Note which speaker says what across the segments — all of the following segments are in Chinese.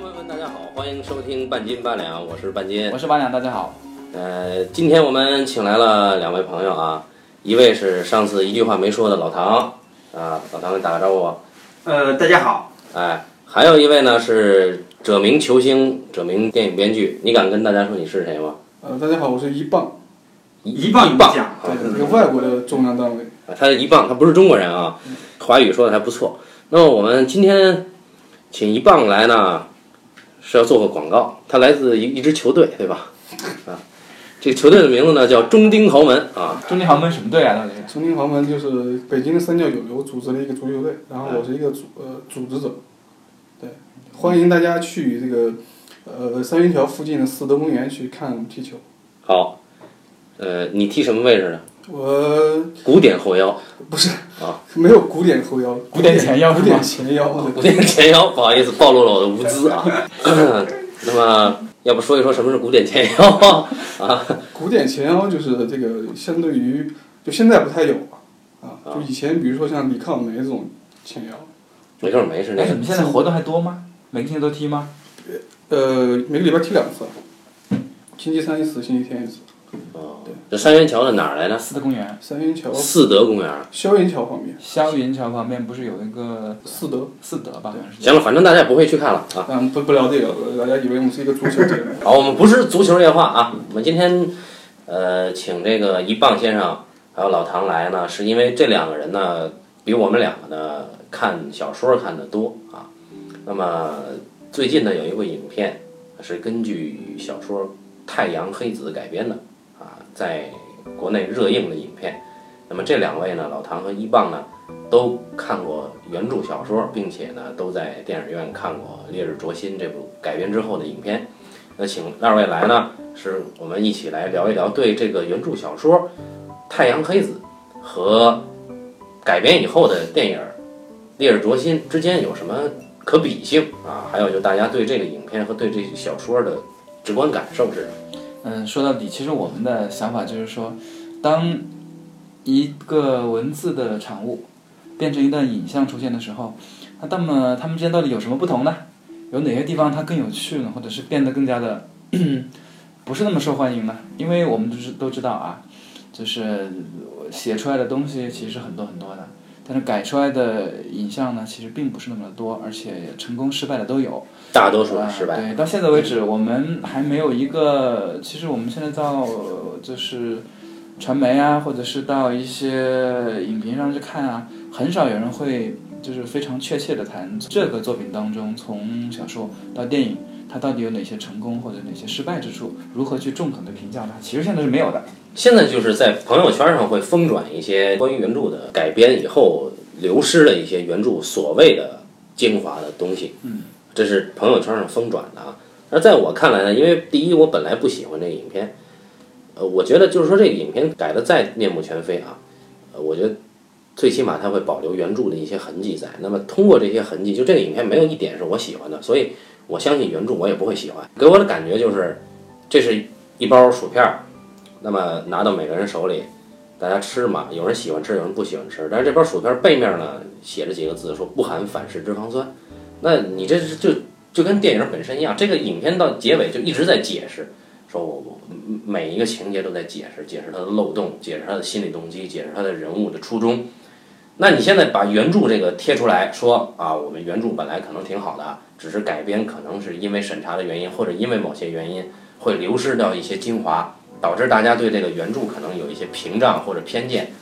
Speaker 1: 们们，大家好，欢迎收听半斤八两，我是半斤
Speaker 2: 我。是八两，大家好。
Speaker 1: 呃，今天我们请来了两位朋友啊，一位是上次一句话没说的老唐啊，老唐打个招呼吧。
Speaker 3: 呃，大家好，
Speaker 1: 哎，还有一位呢是者明球星，者明电影编剧，你敢跟大家说你是谁吗？
Speaker 4: 呃，大家好，我是一棒，
Speaker 3: 一棒
Speaker 1: 一
Speaker 3: 一
Speaker 1: 棒
Speaker 3: 奖，
Speaker 4: 对，一个外国的重量单位。
Speaker 1: 啊，他一棒，他不是中国人啊，
Speaker 2: 嗯
Speaker 1: 华语说的还不错。那么我们今天请一棒来呢，是要做个广告，他来自一一支球队，对吧？啊，这球队的名字呢叫中丁豪门啊，
Speaker 2: 中间豪门什么队啊？到底是？
Speaker 4: 重庆豪门就是北京的三教九流组织了一个足球队，然后我是一个组呃组织者，对，欢迎大家去这个呃三元桥附近的四德公园去看踢球。
Speaker 1: 好，呃，你踢什么位置呢？
Speaker 4: 我
Speaker 1: 古典后腰，
Speaker 4: 不是
Speaker 1: 啊
Speaker 4: 没有古典后腰，
Speaker 2: 古典前腰是
Speaker 4: 古
Speaker 2: 吗
Speaker 4: 典前腰，对
Speaker 1: 古典前腰，不好意思，暴露了我的无知啊。 那么，要不说一说什么是古典前腰 啊？
Speaker 4: 古典前腰就是这个相对于就现在不太有了啊，
Speaker 1: 啊
Speaker 4: 就以前比如说像李抗梅这种前腰，
Speaker 1: 没事儿没事，那
Speaker 2: 哎，你
Speaker 1: 个
Speaker 2: 们现在活动还多吗？每个星期都踢吗？
Speaker 4: 呃每个礼拜踢两次，星期三一次，星期天一次。
Speaker 1: 哦，这三元桥的哪儿来呢？
Speaker 2: 四大公园，
Speaker 4: 三元桥、
Speaker 1: 四德公园儿。
Speaker 4: 霄云桥旁边，
Speaker 2: 霄云桥旁边不是有那个
Speaker 4: 四德。
Speaker 2: 四德吧？好像是。
Speaker 1: 行了，反正大家也不会去看了啊。
Speaker 4: 嗯，不不聊这个，大家以为我们是一个足球节目。
Speaker 1: 好，我们不是足球夜话啊，我们今天呃请这个一棒先生还有老唐来呢，是因为这两个人呢比我们两个呢看小说看得多啊。那么最近呢有一部影片是根据小说《太阳黑子》改编的啊，在国内热映的影片。那么这两位呢，老唐和一棒呢，都看过原著小说，并且呢都在电影院看过《烈日灼心》这部改编之后的影片。那请二位来呢，是我们一起来聊一聊对这个原著小说《太阳黑子》和改编以后的电影《烈日灼心》之间有什么可比性啊？还有就大家对这个影片和对这小说的直观感受是什么？
Speaker 2: 嗯，说到底，其实我们的想法就是说，当一个文字的产物变成一段影像出现的时候，那那么它们之间到底有什么不同呢？有哪些地方它更有趣呢？或者是变得更加的 不是那么受欢迎呢？因为我们都知都知道啊，就是写出来的东西其实很多很多的，但是改出来的影像呢，其实并不是那么的多，而且成功失败的都有。
Speaker 1: 大多数是失败。
Speaker 2: 啊。对，到现在为止，我们还没有一个，其实我们现在到呃就是传媒啊，或者是到一些影评上去看啊，很少有人会就是非常确切的谈这个作品当中，从小说到电影，它到底有哪些成功或者哪些失败之处，如何去中肯的评价它，其实现在是没有的。
Speaker 1: 现在就是在朋友圈上会疯转一些关于原著的改编以后流失的一些原著所谓的精华的东西，
Speaker 2: 嗯，
Speaker 1: 这是朋友圈上疯转的啊。而在我看来呢，因为第一我本来不喜欢这个影片，呃，我觉得就是说这个影片改的再面目全非啊，呃，我觉得最起码它会保留原著的一些痕迹在。那么通过这些痕迹，就这个影片没有一点是我喜欢的，所以我相信原著我也不会喜欢。给我的感觉就是，这是一包薯片儿。那么拿到每个人手里，大家吃嘛，有人喜欢吃，有人不喜欢吃。但是这包薯片背面呢写着几个字，说不含反式脂肪酸。那你这是就就跟电影本身一样，这个影片到结尾就一直在解释，说我我每一个情节都在解释，解释它的漏洞，解释它的心理动机，解释它的人物的初衷。那你现在把原著这个贴出来说啊，我们原著本来可能挺好的，只是改编可能是因为审查的原因，或者因为某些原因会流失掉一些精华。导致大家对这个原著可能有一些屏障或者偏见。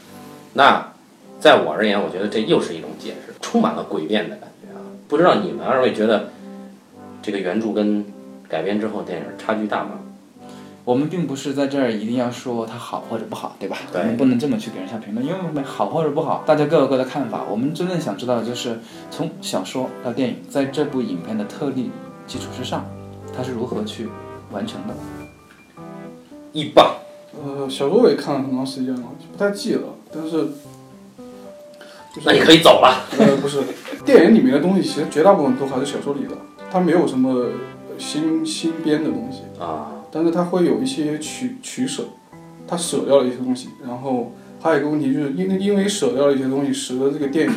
Speaker 1: 那在我而言，我觉得这又是一种解释，充满了诡辩的感觉啊！不知道你们二位觉得这个原著跟改编之后电影差距大吗？
Speaker 2: 我们并不是在这儿一定要说它好或者不好，对吧？
Speaker 1: 对
Speaker 2: 我们不能这么去给人下评论，因为我们好或者不好，大家各有各的看法。我们真正想知道的就是从小说到电影，在这部影片的特例基础之上，它是如何去完成的。
Speaker 1: 一棒，
Speaker 4: 呃，小说我也看了很长时间了，就不太记了。但是，就是
Speaker 1: 那你可以走了。
Speaker 4: 呃不是，电影里面的东西其实绝大部分都还是小说里的，它没有什么呃新新编的东西，
Speaker 1: 啊，
Speaker 4: 但是它会有一些取取舍，它舍掉了一些东西。然后还有一个问题就是因因为舍掉了一些东西，使得这个电影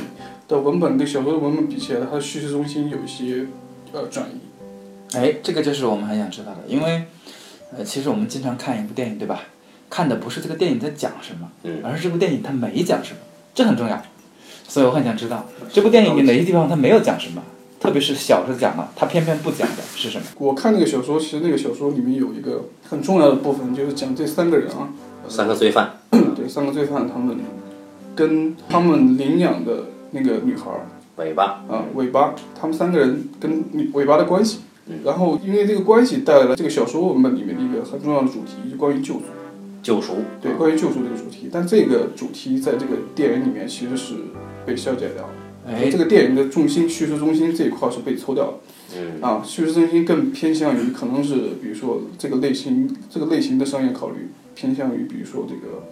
Speaker 4: 的文本跟小说的文本比起来，它的叙事中心有一些呃转移。
Speaker 2: 哎，这个就是我们很想知道的，因为，呃，其实我们经常看一部电影，对吧？看的不是这个电影在讲什么，
Speaker 1: 嗯
Speaker 2: 而是这部电影它没讲什么，这很重要。所以我很想知道这部电影里哪些地方它没有讲什么，特别是小说讲了，它偏偏不讲的是什么？
Speaker 4: 我看那个小说，其实那个小说里面有一个很重要的部分，就是讲这三个人啊，
Speaker 1: 三个罪犯，
Speaker 4: 对，三个罪犯他们跟他们领养的那个女孩儿
Speaker 1: 尾巴，
Speaker 4: 啊，尾巴，他们三个人跟女尾巴的关系
Speaker 1: 嗯。
Speaker 4: 然后因为这个关系带来了这个小说文本里面的一个很重要的主题，就关于救赎。
Speaker 1: 救赎，
Speaker 4: 对，关于救赎这个主题，但这个主题在这个电影里面其实是被消解掉了。
Speaker 2: 哎
Speaker 4: 这，个电影的重心叙事中心这一块是被抽掉了
Speaker 1: 嗯，
Speaker 4: 啊，叙事中心更偏向于可能是比如说这个类型这个类型的商业考虑，偏向于比如说这个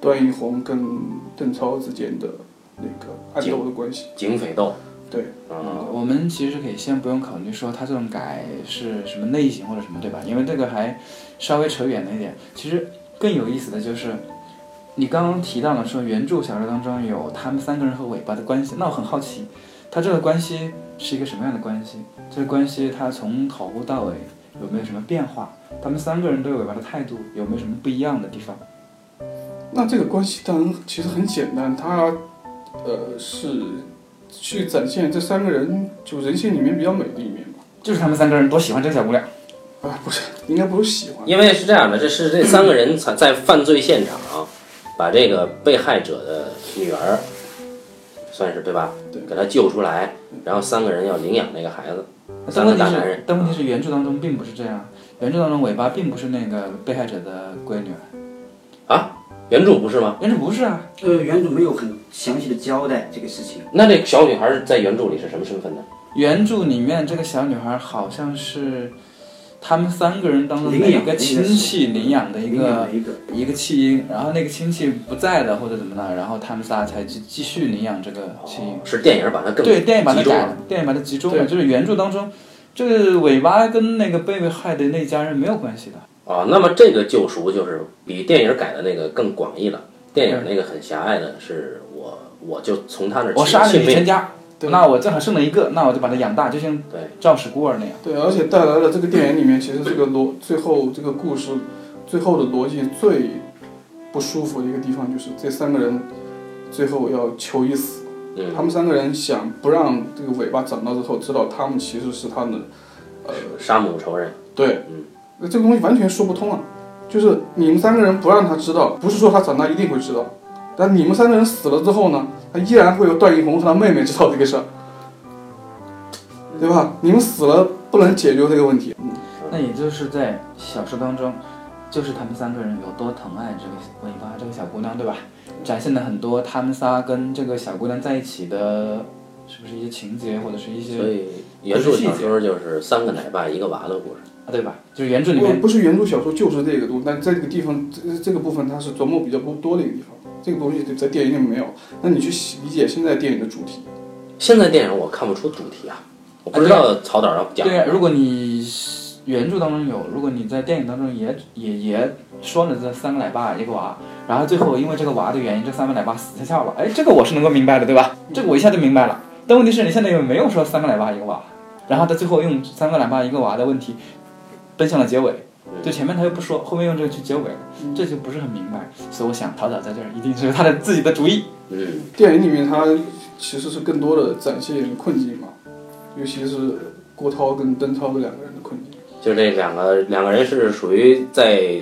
Speaker 4: 段奕宏跟邓超之间的那个暗斗的关系。
Speaker 1: 警匪斗，
Speaker 4: 对，
Speaker 1: 啊，
Speaker 2: 嗯，我们其实可以先不用考虑说它这种改是什么类型或者什么，对吧？因为这个还稍微扯远了一点。其实更有意思的就是，你刚刚提到了说原著小说当中有他们三个人和尾巴的关系，那我很好奇，他这个关系是一个什么样的关系？这个关系它从头到尾有没有什么变化？他们三个人对尾巴的态度有没有什么不一样的地方？
Speaker 4: 那这个关系当然其实很简单，它呃是去展现这三个人就人性里面比较美的一面吧。
Speaker 2: 就是他们三个人都喜欢这个小姑娘。
Speaker 4: 啊，不是，应该不是喜欢。
Speaker 1: 因为是这样的，这是这三个人在在犯罪现场啊、把这个被害者的女儿，算是对吧？
Speaker 4: 对
Speaker 1: 给她救出来，然后三个人要领养那个孩子，
Speaker 2: 但问题
Speaker 1: 三个大男人
Speaker 2: 是，但问题是原著当中并不是这样，原著当中尾巴并不是那个被害者的闺女，
Speaker 1: 原著不是吗？
Speaker 2: 原著不是啊，
Speaker 3: 呃，原主没有很详细的交代这个事情，
Speaker 1: 那这小女孩儿在原著里是什么身份呢？
Speaker 2: 原著里面这个小女孩好像是他们三个人当中的
Speaker 3: 领
Speaker 2: 一
Speaker 3: 养
Speaker 2: 个亲戚领养的一
Speaker 3: 领养
Speaker 2: 个
Speaker 3: 了一个
Speaker 2: 一个弃婴，然后那个亲戚不在了或者怎么的，然后他们仨才继继续领养这个弃婴。
Speaker 1: 哦是电影把它更
Speaker 2: 呃对，电影把它
Speaker 1: 集中
Speaker 2: 改
Speaker 1: 了
Speaker 2: 了，电影把它集中了，就是原著当中，这个尾巴跟那个被害的那家人没有关系的。
Speaker 1: 啊。那么这个救赎就是比电影改的那个更广义了，电影那个很狭隘的是我我就从他那儿
Speaker 2: 我
Speaker 1: 起
Speaker 2: 杀了
Speaker 1: 性
Speaker 2: 你
Speaker 1: 命
Speaker 2: 全家，
Speaker 4: 对
Speaker 2: 那我正好剩了一个，那我就把它养大，就像
Speaker 1: 对
Speaker 2: 赵氏孤儿那样。
Speaker 4: 对，而且带来了这个电影里面，其实这个逻最后这个故事最后的逻辑最不舒服的一个地方，就是这三个人最后要求一死。
Speaker 1: 嗯
Speaker 4: 他们三个人想不让这个尾巴长大之后知道他们其实是他们的，呃，
Speaker 1: 杀母仇人，
Speaker 4: 对
Speaker 1: 嗯，
Speaker 4: 那这个东西完全说不通啊。就是你们三个人不让他知道，不是说他长大一定会知道，但你们三个人死了之后呢，他依然会有段奕宏和他妹妹知道这个事儿，对吧？你们死了不能解决这个问题，
Speaker 2: 那也就是在小说当中，就是他们三个人有多疼爱这个尾巴这个小姑娘，对吧？展现了很多他们仨跟这个小姑娘在一起的，是不是一些情节或者是一些
Speaker 1: 所以原著小说就是三个奶爸一个娃的故事。
Speaker 2: 啊，对吧？就是原著里
Speaker 4: 不
Speaker 2: 面
Speaker 4: 不是原著小说就是这个东西，但在这个地方这这个部分它是琢磨比较不多的一个地方，这个东西就在电影里面没有。那你去理解现在电影的主题，
Speaker 1: 现在电影我看不出主题啊，我不知道曹导要讲
Speaker 2: 对啊，如果你原著当中有，如果你在电影当中也也也说了这三个奶爸一个娃，然后最后因为这个娃的原因，这三个奶爸死翘了，哎，这个我是能够明白的，对吧？这个我一下就明白了。但问题是你现在有没有说三个奶爸一个娃？然后他最后用三个奶爸一个娃的问题奔向了结尾，就前面他又不说，后面用这个去结尾了，这就不是很明白。所以我想，陶导在这儿一定是有他的自己的主意。
Speaker 1: 嗯，
Speaker 4: 电影里面它其实是更多的展现困境嘛，尤其是郭涛跟邓超这两个人的困境。
Speaker 1: 就这两个两个人是属于在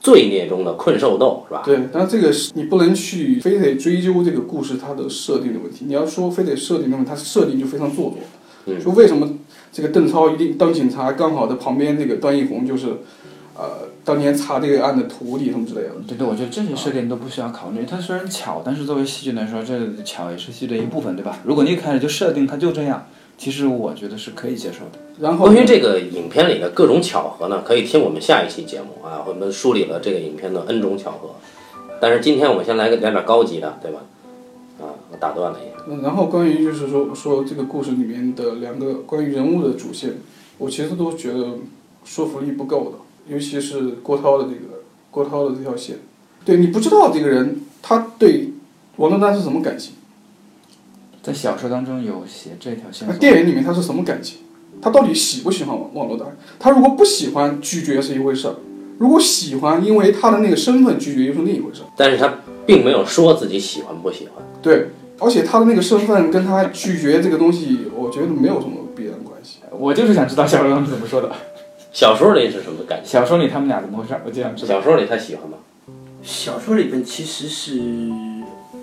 Speaker 1: 罪孽中的困兽斗，是吧？
Speaker 4: 对，但这个是你不能去非得追究这个故事它的设定的问题。你要说非得设定的问题，它设定就非常做作。
Speaker 1: 嗯
Speaker 4: 说为什么这个邓超一定当警察，刚好在旁边这个段奕宏就是，呃，当年查这个案的徒弟什么之类的。
Speaker 2: 对对，我觉得这些设定都不需要考虑。它虽然巧，但是作为戏剧来说，这巧也是戏剧的一部分，对吧？如果你一开始就设定它就这样，其实我觉得是可以接受的。
Speaker 4: 然后
Speaker 1: 关于这个影片里的各种巧合呢，可以听我们下一期节目啊，我们梳理了这个影片的 N 种巧合。但是今天我们先来个来点高级的，对吧？啊，我打断了一下，
Speaker 4: 嗯，然后关于就是说说这个故事里面的两个关于人物的主线，我其实都觉得说服力不够的，尤其是郭涛的这个郭涛的这条线，对你不知道这个人他对王珞丹是什么感情，
Speaker 2: 在小说当中有写这条线
Speaker 4: 那
Speaker 2: 索，
Speaker 4: 电影里面他是什么感情，他到底喜不喜欢网网络大爱？他如果不喜欢，拒绝是一回事儿；如果喜欢，因为他的那个身份拒绝又是另一回事儿。
Speaker 1: 但是他并没有说自己喜欢不喜欢。
Speaker 4: 对，而且他的那个身份跟他拒绝这个东西，我觉得没有什么必然关系。
Speaker 2: 我就是想知道小说他们怎么说的。
Speaker 1: 小说里是什么感觉？
Speaker 2: 小说里他们俩怎么回事？我就想知道。
Speaker 1: 小说里他喜欢吗？
Speaker 3: 小说里边其实是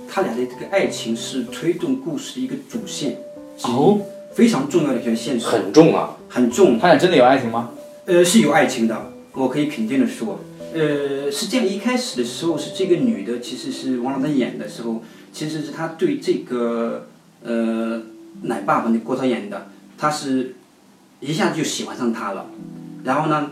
Speaker 3: 他俩的这个爱情是推动故事的一个主线，
Speaker 2: 哦，
Speaker 3: 非常重要的一条线索，
Speaker 1: 很重啊，
Speaker 3: 很重。
Speaker 2: 他俩真的有爱情吗？
Speaker 3: 呃，是有爱情的，我可以肯定的说，呃，是这样。一开始的时候是这个女的，其实是王珞丹演的时候，其实是她对这个呃奶爸爸那郭涛演的，她是一下就喜欢上他了。然后呢，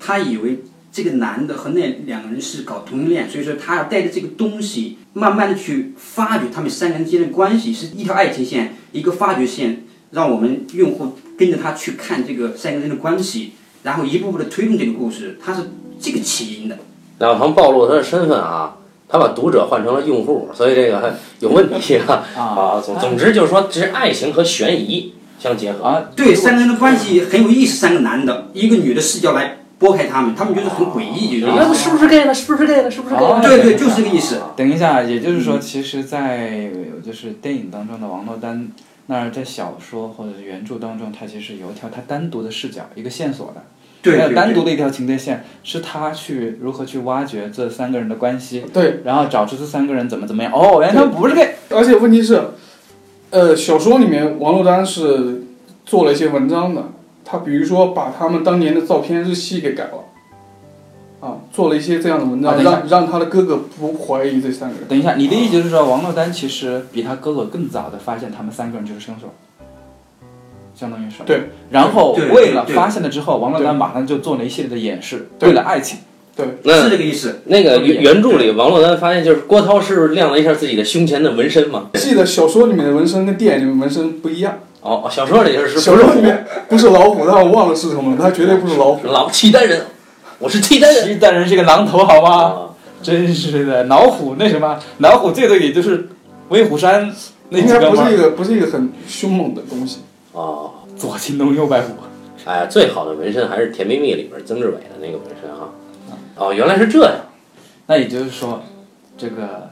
Speaker 3: 她以为这个男的和那两个人是搞同性恋，所以说她要带着这个东西，慢慢的去发掘他们三个人之间的关系，是一条爱情线，一个发掘线，让我们用户跟着她去看这个三个人的关系。然后一步步的推动这个故事，它是这个起因的。
Speaker 1: 老唐暴露他的身份啊，他把读者换成了用户，所以这个有问题啊
Speaker 2: 啊
Speaker 1: 啊！总总之就是说，这是爱情和悬疑相结合。
Speaker 2: 啊，
Speaker 3: 对，三个人的关系很有意思，三个男的，一个女的视角来拨开他们，他们觉得很诡异，就是。
Speaker 1: 那是不是 gay 了？是不是 gay 了？是不是 gay
Speaker 2: 哦
Speaker 1: 了？
Speaker 3: 对对，就是这个意思。嗯
Speaker 2: 等一下，也就是说，其实，在就是电影当中的王珞丹那儿，在小说或者是原著当中，它其实有一条它单独的视角，一个线索的，
Speaker 3: 对
Speaker 2: 还有
Speaker 3: 对
Speaker 2: 单
Speaker 3: 对，
Speaker 2: 独的一条情节线，是他去如何去挖掘这三个人的关系，
Speaker 4: 对，
Speaker 2: 然后找出这三个人怎么怎么样。哦，原来他们不是 gay。
Speaker 4: 而且问题是，呃，小说里面王珞丹是做了一些文章的，他比如说把他们当年的照片日期给改了，啊，做了一些这样的文章，
Speaker 2: 啊等一下
Speaker 4: 让让他的哥哥不怀疑这三个人。
Speaker 2: 等一下，你的意思就是说，王珞丹其实比他哥哥更早的发现他们三个人就是凶手，相当于是。
Speaker 4: 对。
Speaker 2: 然后
Speaker 3: 对
Speaker 2: 为了
Speaker 3: 对
Speaker 2: 发现了之后，王珞丹马上就做了一系列的掩饰，为了爱情。
Speaker 1: 那
Speaker 3: 是这个意思。
Speaker 1: 那个原原著里，王珞丹发现就是郭涛是不是亮了一下自己的胸前的纹身嘛？
Speaker 4: 记得小说里面的纹身跟电影里面纹身不一样，
Speaker 1: 哦，小说里就是
Speaker 4: 小
Speaker 1: 不是
Speaker 4: 说里
Speaker 1: 虎，
Speaker 4: 面不是老虎，但我忘了是什么了，他绝对不是老虎。
Speaker 1: 老契丹人，我是契丹人
Speaker 2: 契丹人是个狼头，好吗？
Speaker 1: 啊！
Speaker 2: 真是的，老虎那什么，老虎最多也就是威虎山那
Speaker 4: 应
Speaker 2: 几
Speaker 4: 该
Speaker 2: 个
Speaker 4: 不是
Speaker 2: 嘛
Speaker 4: 一，个不是一个很凶猛的东西。
Speaker 1: 哦，
Speaker 2: 左青龙右白虎。
Speaker 1: 哎，最好的纹身还是《甜蜜蜜》里边曾志伟的那个纹身啊。哦，原来是这样。
Speaker 2: 那也就是说，这个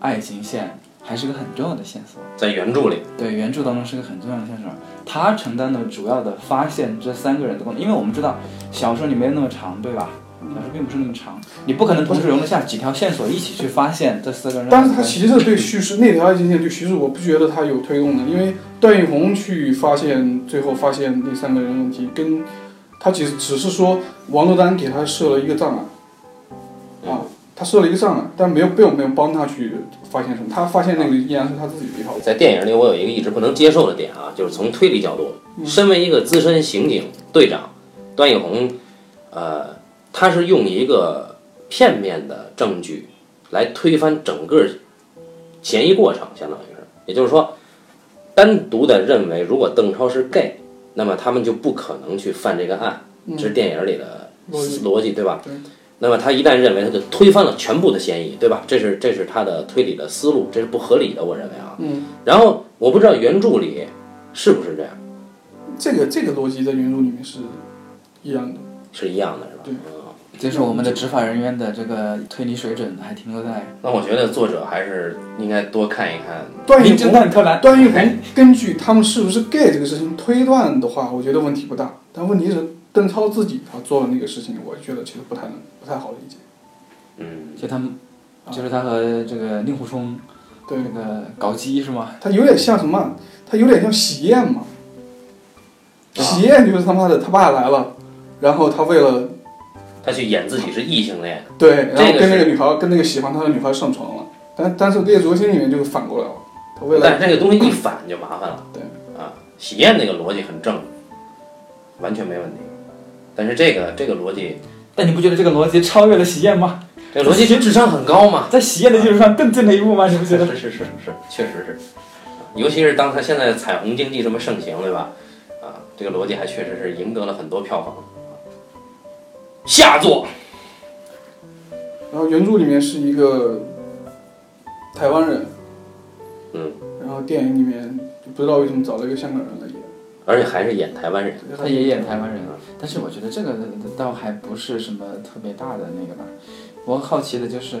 Speaker 2: 爱情线还是个很重要的线索。
Speaker 1: 在原著里，
Speaker 2: 对，原著当中是个很重要的线索，他承担了主要的发现这三个人的功能，因为我们知道小说里没有那么长，对吧？小说并不是那么长，你不可能同时容得下几条线索一起去发现这四
Speaker 1: 嗯
Speaker 2: 个人的
Speaker 4: 但
Speaker 2: 关
Speaker 4: 是
Speaker 2: 系。
Speaker 4: 他其实对叙事那条爱情线对叙事，我不觉得他有推动的，因为段奕宏去发现最后发现那三个人的问题，跟他其实只是说王珞丹给他设了一个障碍，
Speaker 1: 嗯
Speaker 4: 啊，他设了一个障碍，但没有并没有帮他去发现什么，他发现那个依然是他自己的一套。
Speaker 1: 在电影里，我有一个一直不能接受的点啊，就是从推理角度，身为一个资深刑警队长，段奕宏，呃，他是用一个片面的证据来推翻整个嫌疑过程，相当于是，也就是说，单独的认为如果邓超是 gay，那么他们就不可能去犯这个案，
Speaker 4: 嗯
Speaker 1: 这是电影里的
Speaker 4: 逻辑
Speaker 1: 逻辑，对吧？
Speaker 4: 对
Speaker 1: 那么他一旦认为，他就推翻了全部的嫌疑，对吧？这是这是他的推理的思路，这是不合理的，我认为啊。
Speaker 4: 嗯，
Speaker 1: 然后我不知道原著里是不是这样，
Speaker 4: 这个这个逻辑在原著里面是一样的。
Speaker 1: 是一样的，是吧？
Speaker 4: 对
Speaker 1: 嗯
Speaker 2: 就是我们的执法人员的这个推理水准还停留在
Speaker 1: 那我觉得作者还是应该多看一看。
Speaker 4: 段
Speaker 2: 名
Speaker 4: 奕
Speaker 2: 侦
Speaker 4: 宏
Speaker 2: 探柯南。
Speaker 4: 段奕宏呃根据他们是不是 gay 这个事情推断的话，我觉得问题不大。但问题是邓超自己他做的那个事情，我觉得其实不太能不太好理解。
Speaker 1: 嗯，
Speaker 2: 就他们，就是他和这个令狐冲
Speaker 4: 对
Speaker 2: 那，个搞基是吗？
Speaker 4: 他有点像什么？他有点像喜宴嘛。
Speaker 1: 啊
Speaker 4: 喜宴就是他妈的他爸来了，然后他为了
Speaker 1: 他去演自己是异性恋，
Speaker 4: 对，然
Speaker 1: 这
Speaker 4: 后
Speaker 1: 个
Speaker 4: 跟
Speaker 1: 是
Speaker 4: 那个女孩跟那个喜欢他的女孩上床了。但但是《烈灼心》里面就是反过来了，他为
Speaker 1: 但
Speaker 4: 了
Speaker 1: 是这个东西一反就麻烦了。
Speaker 4: 对
Speaker 1: 啊，喜宴那个逻辑很正，完全没问题。但是这个这个逻辑，
Speaker 2: 但你不觉得这个逻辑超越了喜宴吗？
Speaker 1: 这个逻辑是智商很高嘛？
Speaker 2: 在喜宴的基础上更进了一步吗？你不觉
Speaker 1: 是
Speaker 2: 得？
Speaker 1: 是是是是，确实是。啊尤其是当他现在彩虹经济这么盛行，对吧？啊，这个逻辑还确实是赢得了很多票房。啊下作。
Speaker 4: 然后原著里面是一个台湾人，
Speaker 1: 嗯，
Speaker 4: 然后电影里面就不知道为什么找了一个香港人来演。
Speaker 1: 而且还是演台湾人。
Speaker 2: 他也演台湾人，但是我觉得这个倒还不是什么特别大的那个吧。我好奇的就是，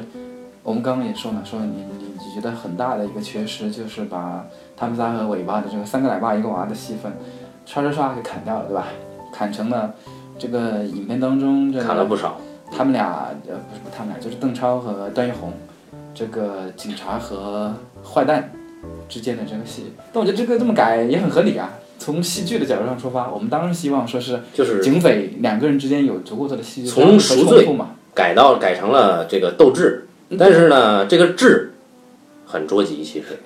Speaker 2: 我们刚刚也说了，说你你你觉得很大的一个缺失就是把他们仨和尾巴的这个三个奶爸一个娃的戏份，刷刷刷给砍掉了，对吧？砍成了这个影片当中这
Speaker 1: 看了不少，
Speaker 2: 他们俩呃不是不是他们俩，就是邓超和段奕宏，这个警察和坏蛋之间的这个戏。但我觉得这个这么改也很合理啊。从戏剧的角度上出发，我们当然希望说是
Speaker 1: 就是
Speaker 2: 警匪两个人之间有足够多的戏剧
Speaker 1: 从
Speaker 2: 上
Speaker 1: 赎
Speaker 2: 和
Speaker 1: 罪
Speaker 2: 冲突嘛。
Speaker 1: 改到改成了这个斗智，但是呢，这个智很捉急，其实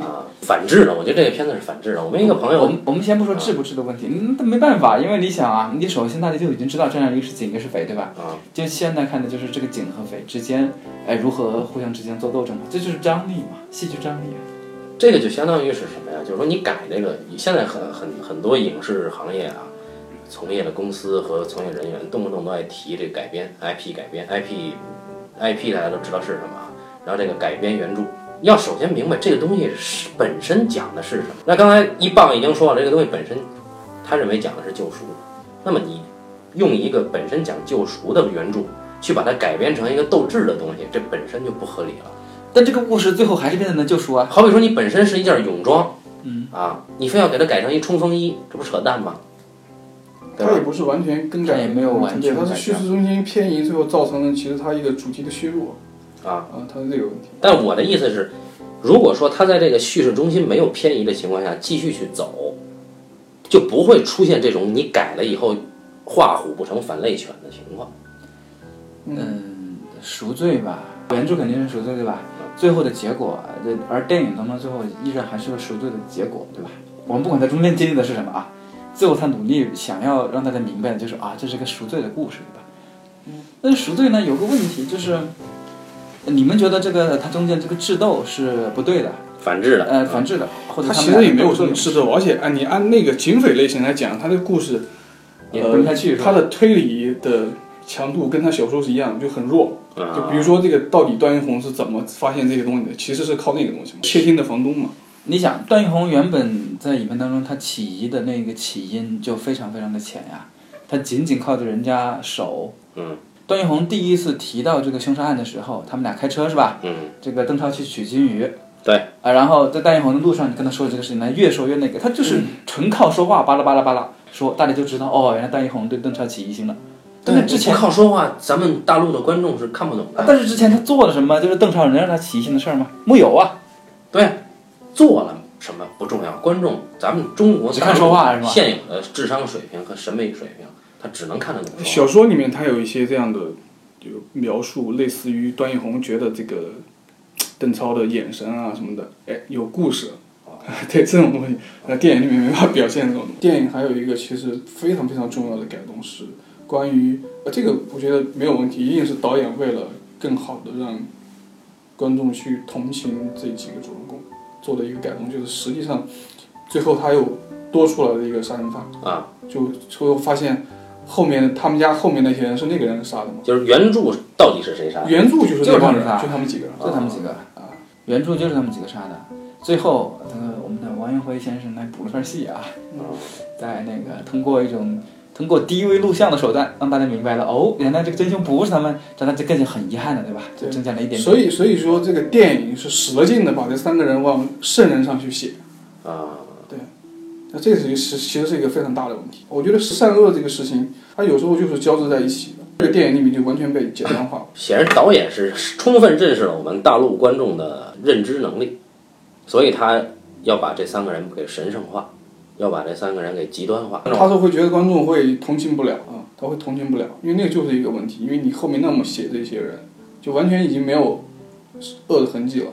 Speaker 1: 啊，反智的，我觉得这个片子是反智的。我们一个朋
Speaker 2: 我
Speaker 1: 友，
Speaker 2: 们我们先不说治不治的问题，嗯，但没办法，因为你想啊，你首先大家就已经知道这样一个是警一个是匪，对吧？
Speaker 1: 啊，
Speaker 2: 就现在看的就是这个警和匪之间，哎，如何互相之间做斗争嘛，这就是张力嘛，戏剧张力啊。
Speaker 1: 这个就相当于是什么呀？就是说你改这个，现在很很很多影视行业啊，从业的公司和从业人员动不动都爱提这个改编 IP 改编 IP IP，大家都知道是什么啊。然后这个改编原著，要首先明白这个东西是本身讲的是什么。那刚才一棒已经说了，这个东西本身他认为讲的是救赎，那么你用一个本身讲救赎的原著去把它改编成一个斗智的东西，这本身就不合理了。
Speaker 2: 但这个故事最后还是变成了救赎啊。
Speaker 1: 好比说你本身是一件泳装，
Speaker 2: 嗯
Speaker 1: 啊，你非要给它改成一冲锋衣，这不扯淡吗？对
Speaker 4: 它也
Speaker 1: 吧？
Speaker 4: 不是完全更改，
Speaker 2: 它也没有完全
Speaker 4: 它
Speaker 2: 改
Speaker 4: 是叙事中心偏移，最后造成了其实它一个主题的削弱
Speaker 1: 啊，
Speaker 4: 啊，它是这个问题。
Speaker 1: 但我的意思是，如果说他在这个叙事中心没有偏移的情况下继续去走，就不会出现这种你改了以后画虎不成反类犬的情况。
Speaker 2: 嗯，赎罪吧，原著肯定是赎罪对吧？最后的结果，呃而电影当中最后依然还是个赎罪的结果对吧？我们不管他中间经历的是什么啊，最后他努力想要让大家明白的就是啊，这是个赎罪的故事对吧？嗯，但是赎罪呢有个问题就是，呃你们觉得这个它中间这个智斗是不对的，
Speaker 1: 反制的，
Speaker 2: 呃，反制的，或者
Speaker 4: 它
Speaker 2: 他
Speaker 4: 其
Speaker 2: 们俩的
Speaker 4: 实也没有
Speaker 2: 斗
Speaker 4: 什么
Speaker 2: 争
Speaker 4: 吃肉，而且按你按那个警匪类型来讲，它的故事呃
Speaker 2: 也分不太去，是吧
Speaker 4: 它的推理的强度跟它小说是一样的，就很
Speaker 1: 啊
Speaker 2: 嗯
Speaker 4: 弱。就比如说这个到底段奕宏是怎么发现这些东西的，其实是靠那个东西嘛，窃听的房东嘛。
Speaker 2: 你想，段奕宏原本在影片当中，他起疑的那个起因就非常非常的浅呀、他仅仅靠着人家手。
Speaker 1: 嗯。
Speaker 2: 段奕宏第一次提到这个凶杀案的时候，他们俩开车是吧？
Speaker 1: 嗯，
Speaker 2: 这个邓超去取金鱼。
Speaker 1: 对。
Speaker 2: 啊，然后在段奕宏的路上，你跟他说这个事情，他越说越那个，他
Speaker 1: 嗯
Speaker 2: 就是纯靠说话，巴拉巴拉巴拉说，大家就知道哦，原来段奕宏对邓超起疑心了。但是之前，
Speaker 1: 不靠说话，咱们大陆的观众是看不懂的。
Speaker 2: 啊但是之前他做了什么？就是邓超能让他起疑心的事儿吗？木有啊。
Speaker 1: 对，做了什么不重要，观众，咱们中国
Speaker 2: 只看说话是吧
Speaker 1: 现有的智商水平和审美水平，他只能看得懂说话。
Speaker 4: 小说里面它有一些这样的有描述，类似于段奕宏觉得这个邓超的眼神啊什么的，哎，有故事。
Speaker 1: 哦
Speaker 4: 对这种东西，那电影里面没法表现这种东西。电影还有一个其实非常非常重要的改动是关于，呃，这个我觉得没有问题，一定是导演为了更好的让观众去同情这几个主人公做的一个改动，就是实际上最后他又多出来了一个杀人犯
Speaker 1: 啊，
Speaker 4: 就最后发现后面他们家后面那些人是那个人杀的嘛，
Speaker 1: 就是原著到底是谁杀的？
Speaker 4: 原著就是
Speaker 2: 就是
Speaker 4: 那帮
Speaker 2: 他们
Speaker 4: 人，
Speaker 2: 仨
Speaker 4: 就他们几个人，
Speaker 2: 就他们几个啊，原著就是他们几个杀的。最后，呃，我们的王云辉先生来补了份戏啊，
Speaker 4: 嗯
Speaker 2: 在那个通过一种通过低维录像的手段，让大家明白了哦，原来这个真凶不是他们，让大家更加很遗憾的，对吧？就
Speaker 4: 对
Speaker 2: 增加了一点点。
Speaker 4: 所以所以说这个电影是使了劲的把这三个人往圣人上去写，
Speaker 1: 啊，
Speaker 4: 那这个是是其实是一个非常大的问题。我觉得善恶这个事情，它有时候就是交织在一起的。这个电影里面就完全被简单化了。
Speaker 1: 显然导演是充分认识了我们大陆观众的认知能力，所以他要把这三个人给神圣化，要把这三个人给极端化。
Speaker 4: 他是会觉得观众会同情不了啊，他会同情不了，因为那个就是一个问题，因为你后面那么写这些人，就完全已经没有恶的痕迹了。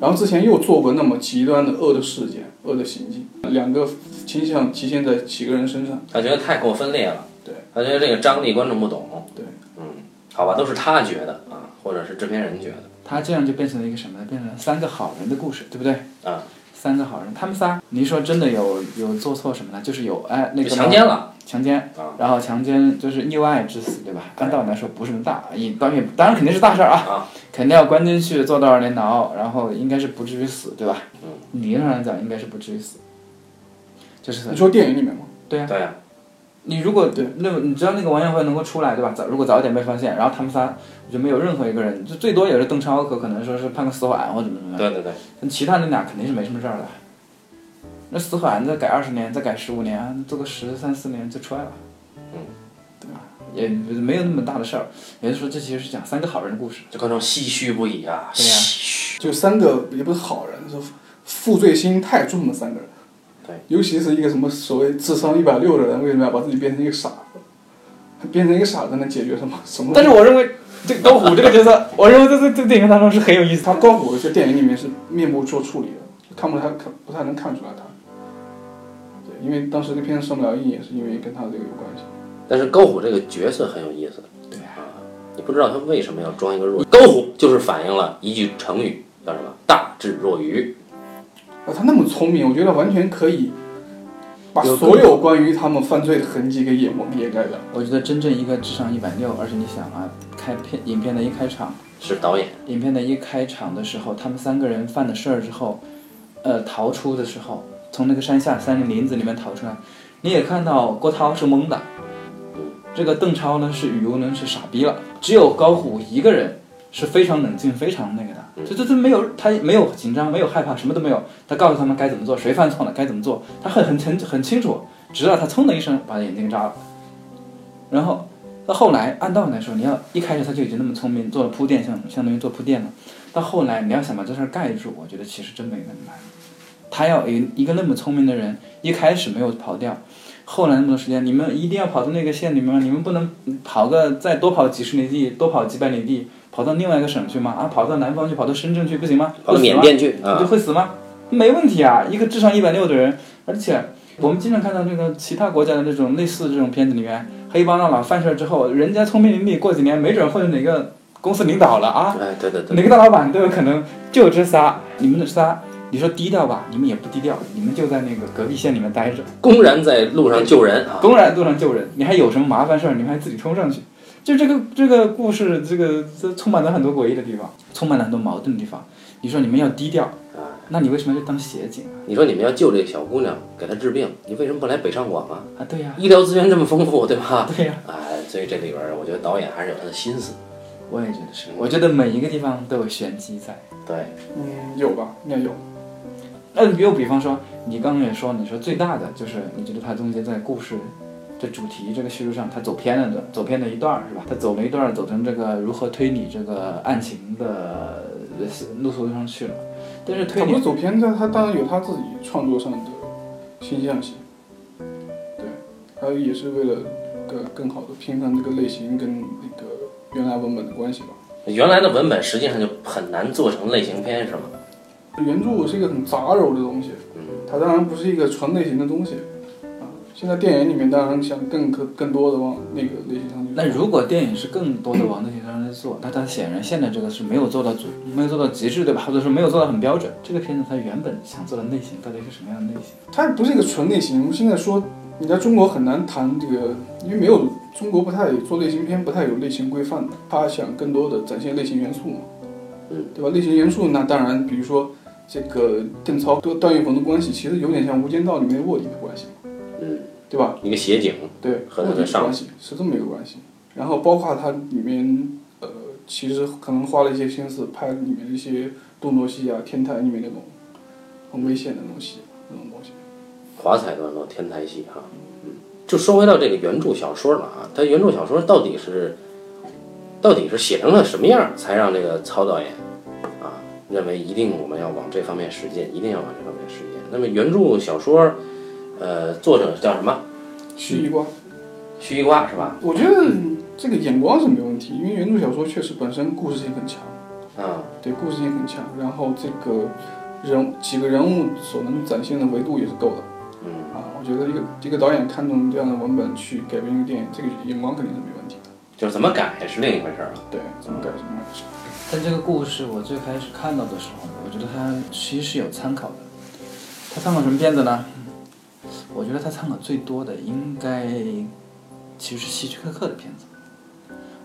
Speaker 4: 然后之前又做过那么极端的恶的事件、恶的行径，两个倾向体现在几个人身上。
Speaker 1: 他觉得太过分裂了，
Speaker 4: 对，
Speaker 1: 他觉得这个张力观众不懂，
Speaker 4: 对，
Speaker 1: 嗯，好吧，都是他觉得啊，或者是制片人觉得，
Speaker 2: 他这样就变成了一个什么呢？变成了三个好人的故事，对不对？
Speaker 1: 啊，
Speaker 2: 三个好人，他们仨，你说真的有有做错什么呢？就是有哎那个
Speaker 1: 就强奸了，
Speaker 2: 强奸
Speaker 1: 啊，
Speaker 2: 然后强奸就是意外致死，对吧？按道理来说不是什么大，也当然也当然肯定是大事儿
Speaker 1: 啊
Speaker 2: 啊，肯定要关进去坐多少年嗯牢，然后应该是不至于死，对吧？理论上来讲应该是不至于死。就是
Speaker 4: 你说电影里面吗？
Speaker 2: 对啊，
Speaker 1: 对呀、
Speaker 2: 你如果
Speaker 4: 对
Speaker 2: 那你知道那个王艳辉能够出来对吧？早如果早一点被发现，然后他们仨，我觉得没有任何一个人，就最多也是邓超可可能说是判个死缓或怎么怎么样，
Speaker 1: 对对对，
Speaker 2: 但其他那俩肯定是没什么事儿的。那死缓再改二十年，再改十五年，做个十三四年就出来了，
Speaker 1: 嗯，
Speaker 2: 对吧？也没有那么大的事儿。也就是说，这其实是讲三个好人的故事。
Speaker 1: 就观众唏嘘不已啊，
Speaker 2: 对呀
Speaker 1: 唏嘘。
Speaker 4: 就三个也不是好人，是负罪心太重的三个人。
Speaker 1: 对，
Speaker 4: 尤其是一个什么所谓智商一百六的人，为什么要把自己变成一个傻子？他变成一个傻子能解决什么什么？
Speaker 2: 但是我认为这个高虎这个角色， 我认为在这这电影当中是很有意思的。
Speaker 4: 他高虎在电影里面是面部做处理的，看不太看不太能看出来他。对，因为当时这片上不了映，也是因为跟他这个有关系。
Speaker 1: 但是高虎这个角色很有意思，
Speaker 2: 对啊
Speaker 1: 啊，你不知道他为什么要装一个弱高虎，就是反映了一句成语叫什么“大智若愚
Speaker 4: 啊，他那么聪明，我觉得完全可以把
Speaker 1: 有
Speaker 4: 所有关于他们犯罪的痕迹给掩掩盖掉。
Speaker 2: 我觉得真正一个智商一百六，而且你想啊，开片影片的一开场，”，
Speaker 1: 是导演
Speaker 2: 影片的一开场的时候，他们三个人犯了事儿之后，呃，逃出的时候，从那个山下山林林子里面逃出来，你也看到郭涛是懵的，这个邓超呢是语无伦次傻逼了，只有高虎一个人是非常冷静、非常那个的，就这这没有他没有紧张，没有害怕，什么都没有，他告诉他们该怎么做，谁犯错了该怎么做，他很很很很清楚，直到他噌的一声啊把眼睛扎了，然后到后来，按道理来说，你要一开始他就已经那么聪明，做了铺垫，相相当于做铺垫了。到后来，你要想把这事儿盖住，我觉得其实真没那么难。他要一一个那么聪明的人，一开始没有跑掉，后来那么多时间，你们一定要跑到那个县里面，你们不能跑个再多跑几十里地，多跑几百里地，跑到另外一个省去吗？啊，跑到南方去，跑到深圳去不行吗？
Speaker 1: 跑到
Speaker 2: 饿死
Speaker 1: 缅
Speaker 2: 吗
Speaker 1: 甸去
Speaker 2: 你就
Speaker 1: 啊，
Speaker 2: 会死吗？没问题啊，一个智商一百六的人，而且我们经常看到那个其他国家的这种类似这种片子里面，黑帮大佬犯事儿之后，人家聪明伶俐，过几年没准混哪个公司领导了啊，
Speaker 1: 哎，对对对，
Speaker 2: 哪个大老板都有可能。就这仨，你们这仨，你说低调吧，你们也不低调，你们就在那个隔壁县里面待着，
Speaker 1: 公然在路上救人啊，
Speaker 2: 公然路上救人，你还有什么麻烦事儿，你们还自己冲上去。就这个这个故事，这个这充满了很多诡异的地方，充满了很多矛盾的地方。你说你们要低调，那你为什么要去当协警？啊
Speaker 1: 你说你们要救这个小姑娘，给她治病，你为什么不来北上广啊？
Speaker 2: 啊，对呀、啊
Speaker 1: 医疗资源这么丰富，对吧？
Speaker 2: 对呀、
Speaker 1: 哎，所以这里边儿我觉得导演还是有他的心思。
Speaker 2: 我也觉得是。我觉得每一个地方都有玄机在。
Speaker 1: 对，
Speaker 4: 嗯，有吧？应该有。
Speaker 2: 那又比方说，你刚刚也说，你说最大的就是你觉得它中间在故事、这主题、这个叙述上，它走偏了的，走偏了一段儿是吧？它走了一段儿，走成这个如何推理这个案情的呃路途上去了。但是推
Speaker 4: 他不
Speaker 2: 理
Speaker 4: 是走偏的，他当然有他自己创作上的新象性，对，还有也是为了更更好的平衡这个类型跟那个原来文本的关系吧。
Speaker 1: 原来的文本实际上就很难做成类型片，是吗？
Speaker 4: 原著是一个很杂糅的东西，
Speaker 1: 嗯，
Speaker 4: 它当然不是一个纯类型的东西啊。现在电影里面当然想更更更多的往那个类型上去。
Speaker 2: 那如果电影是更多的往那些上面做，那它显然现在这个是没有做到足，没有做到极致，对吧？或者说没有做到很标准。这个片子它原本想做的类型到底是什么样的类型？
Speaker 4: 它不是一个纯类型。我们现在说，你在中国很难谈这个，因为没有中国不太做类型片，不太有类型规范的。他想更多的展现类型元素嘛，
Speaker 1: 嗯，
Speaker 4: 对吧？类型元素那当然，比如说这个邓超跟段奕宏的关系，其实有点像《无间道》里面卧底的关系，
Speaker 1: 嗯，
Speaker 4: 对吧？
Speaker 1: 一个协警，
Speaker 4: 对，
Speaker 1: 和他
Speaker 4: 卧底
Speaker 1: 的
Speaker 4: 的
Speaker 1: 上
Speaker 4: 关系是这么一个关系。然后包括它里面呃，其实可能花了一些心思拍里面的一些动作戏啊、天台里面那种很危险的东西，那种东西。
Speaker 1: 华彩段落天台戏哈。嗯，就说回到这个原著小说了啊，它原著小说到底是到底是写成了什么样儿，才让这个曹导演啊认为一定我们要往这方面实践，一定要往这方面实践。那么原著小说，呃，作者叫什么？
Speaker 4: 是一关。
Speaker 1: 徐一瓜是吧？
Speaker 4: 我觉得这个眼光是没问题，因为原著小说确实本身故事性很强，
Speaker 1: 啊，
Speaker 4: 对，故事性很强，然后这个人几个人物所能展现的维度也是够的
Speaker 1: 嗯。
Speaker 4: 啊。我觉得一个一个导演看中这样的文本去改编一个电影，这个眼光肯定是没问题的。
Speaker 1: 就是怎么改是另一回事儿了。
Speaker 4: 对，怎么改怎么改。
Speaker 2: 但这个故事我最开始看到的时候，我觉得它其实是有参考的。它参考什么片子呢？我觉得它参考最多的应该其实是希区柯克的片子。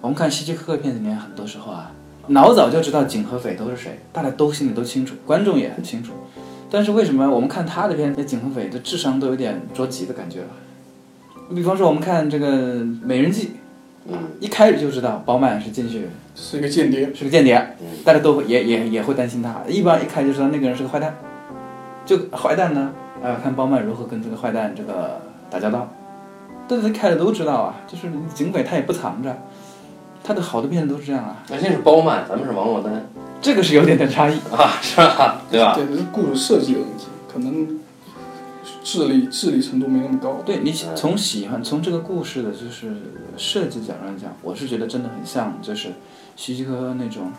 Speaker 2: 我们看希区柯克片子里面，很多时候啊，老早就知道警和匪都是谁，大家都心里都清楚，观众也很清楚。但是为什么我们看他的片，那景和斐的智商都有点捉急的感觉了？比方说我们看这个《美人计》，
Speaker 1: 嗯，
Speaker 2: 一开始就知道饱满是进去
Speaker 4: 是一个间谍，
Speaker 2: 是个间谍，大家都会也也也会担心他，一般一开始就知道那个人是个坏蛋，就坏蛋呢，啊、看包曼如何跟这个坏蛋这个打交道，大家一开始都知道啊，就是警匪他也不藏着，他的好多片子都是这样啊，
Speaker 1: 那这是包曼，咱们是王珞丹
Speaker 2: 这个是有点点差异，
Speaker 1: 啊，是吧？对吧？
Speaker 4: 对，这是故事设计的问题，可能智力智力程度没那么高。
Speaker 2: 对你从喜欢从这个故事的就是设计角度来讲，我是觉得真的很像就是希区柯克那种，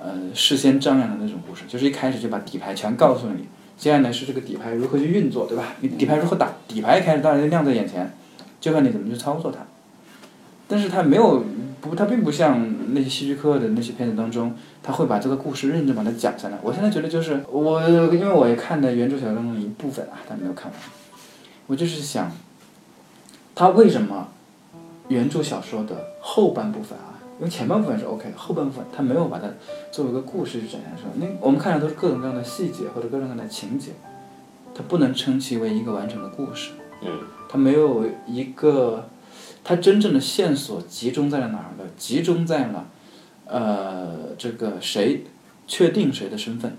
Speaker 2: 呃，事先张扬的那种故事，就是一开始就把底牌全告诉你，接下来是这个底牌如何去运作，对吧？你底牌如何打，底牌一开始当然就亮在眼前，就看你怎么去操作它。但是它没有不，它并不像那些希区柯克的那些片子当中，他会把这个故事认真把它讲下来。我现在觉得就是我，因为我也看了原著小说中的一部分啊，但没有看完。我就是想，他为什么原著小说的后半部分啊，因为前半部分是 OK 的，后半部分他没有把它作为一个故事去展现出来。那我们看的都是各种各样的细节或者各种各样的情节，它不能称其为一个完整的故事。
Speaker 1: 嗯，
Speaker 2: 它没有一个，它真正的线索集中在了哪儿呢？集中在了，呃，这个谁确定谁的身份，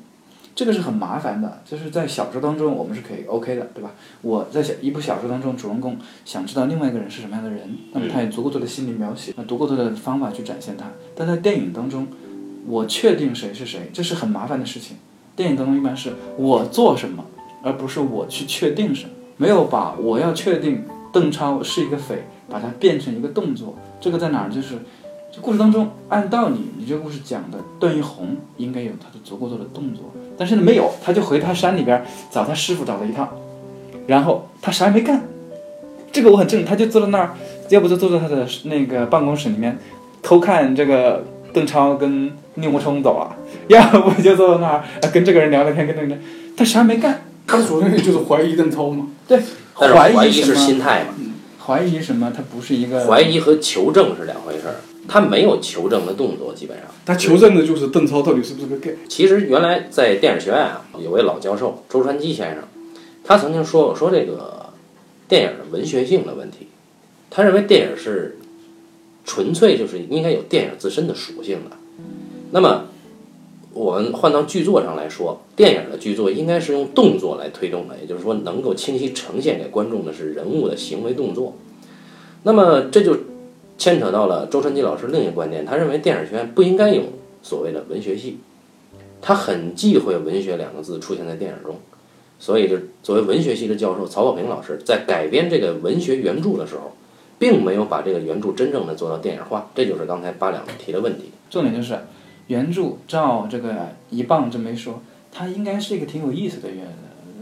Speaker 2: 这个是很麻烦的。就是在小说当中，我们是可以 OK 的，对吧？我在小一部小说当中，主人公想知道另外一个人是什么样的人，那么他有足够多的心理描写，那足够多的方法去展现他。但在电影当中，我确定谁是谁，这是很麻烦的事情。电影当中一般是我做什么，而不是我去确定什么，没有把我要确定邓超是一个匪，把它变成一个动作。这个在哪儿？就是这故事当中，按道理你这个故事讲的段奕宏应该有他的足够多的动作，但是呢没有，他就回他山里边找他师傅找了一趟，然后他啥也没干。这个我很正，他就坐在那儿，要不就坐在他的那个办公室里面偷看这个邓超跟宁国冲走啊，要不就坐在那儿啊跟这个人聊聊天，跟那个人，他啥也没干。
Speaker 4: 他主任就是怀疑邓超嘛，
Speaker 1: 但是怀
Speaker 2: 疑
Speaker 1: 疑
Speaker 2: 什
Speaker 1: 是
Speaker 2: 么？
Speaker 1: 心态嘛，
Speaker 2: 怀疑什么？他不是一个
Speaker 1: 怀疑和求证是两回事儿。他没有求证的动作，基本上。
Speaker 4: 他求证的就是邓超到底是不是个 gay。
Speaker 1: 其实原来在电影学院啊，有位老教授周传基先生，他曾经说过说这个电影的文学性的问题，他认为电影是纯粹就是应该有电影自身的属性的。那么我们换到剧作上来说，电影的剧作应该是用动作来推动的，也就是说能够清晰呈现给观众的是人物的行为动作。那么这就牵扯到了周传基老师另一个观点，他认为电影学院不应该有所谓的文学系。他很忌讳“文学”两个字出现在电影中，所以就作为文学系的教授曹保平老师在改编这个文学原著的时候，并没有把这个原著真正的做到电影化，这就是刚才八两提的问题。
Speaker 2: 重点就是原著照这个一棒这么一说，它应该是一个挺有意思的原